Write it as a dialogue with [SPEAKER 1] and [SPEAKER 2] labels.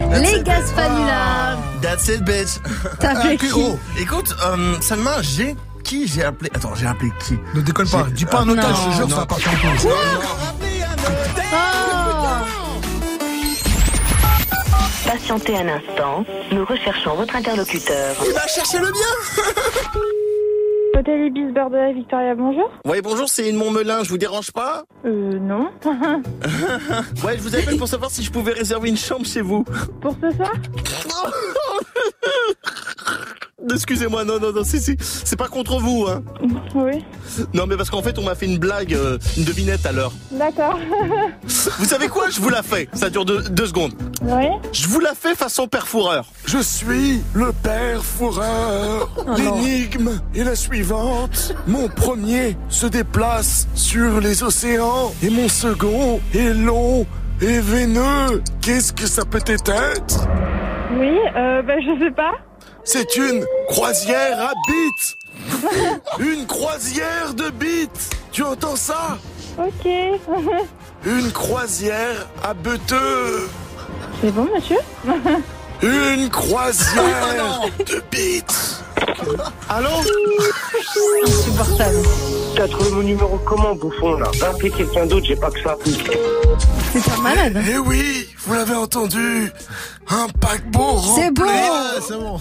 [SPEAKER 1] That's
[SPEAKER 2] Les
[SPEAKER 1] it, bitch.
[SPEAKER 2] Gaspanula.
[SPEAKER 1] That's it, bitch.
[SPEAKER 2] T'as fait qui
[SPEAKER 1] Oh, écoute, euh, Salma, j'ai qui j'ai appelé Attends, j'ai appelé qui
[SPEAKER 3] Ne décolle pas, dis pas un otage, je te jure,
[SPEAKER 1] Ah, Non.
[SPEAKER 3] ça va partir en couille.
[SPEAKER 4] Patientez un instant, nous recherchons votre interlocuteur.
[SPEAKER 1] Il va chercher le bien.
[SPEAKER 5] Hôtel Ibis Bordeaux, Victoria, bonjour.
[SPEAKER 1] Ouais, bonjour, c'est Montmelin, je vous dérange pas
[SPEAKER 5] Euh, non.
[SPEAKER 1] Ouais, je vous appelle pour savoir si je pouvais réserver une chambre chez vous.
[SPEAKER 5] Pour ce soir
[SPEAKER 1] Excusez-moi, non, non, non, si, si, c'est pas contre vous, hein.
[SPEAKER 5] Oui.
[SPEAKER 1] Non, mais parce qu'en fait, on m'a fait une blague, euh, une devinette à l'heure.
[SPEAKER 5] D'accord.
[SPEAKER 1] Vous savez quoi Je vous la fais. Ça dure deux, deux secondes.
[SPEAKER 5] Oui.
[SPEAKER 1] Je vous la fais façon père fourreur.
[SPEAKER 3] Je suis le père fourreur. L'énigme est la suivante. Mon premier se déplace sur les océans et mon second est long et veineux. Qu'est-ce que ça peut être
[SPEAKER 5] Oui, euh, bah, je sais pas.
[SPEAKER 3] C'est une croisière à bite. Une croisière de bite. Tu entends ça
[SPEAKER 5] Ok.
[SPEAKER 3] Une croisière à beteux.
[SPEAKER 5] C'est bon, monsieur
[SPEAKER 3] Une croisière de bite.
[SPEAKER 1] Allô
[SPEAKER 2] Insupportable.
[SPEAKER 6] T'as trouvé mon numéro comment, bouffon, là Va appeler quelqu'un d'autre, j'ai pas que ça.
[SPEAKER 2] C'est pas malade. hein.
[SPEAKER 3] Eh oui, vous l'avez entendu Un paquebot
[SPEAKER 2] C'est
[SPEAKER 3] rempli
[SPEAKER 2] beau.
[SPEAKER 3] Ah, c'est bon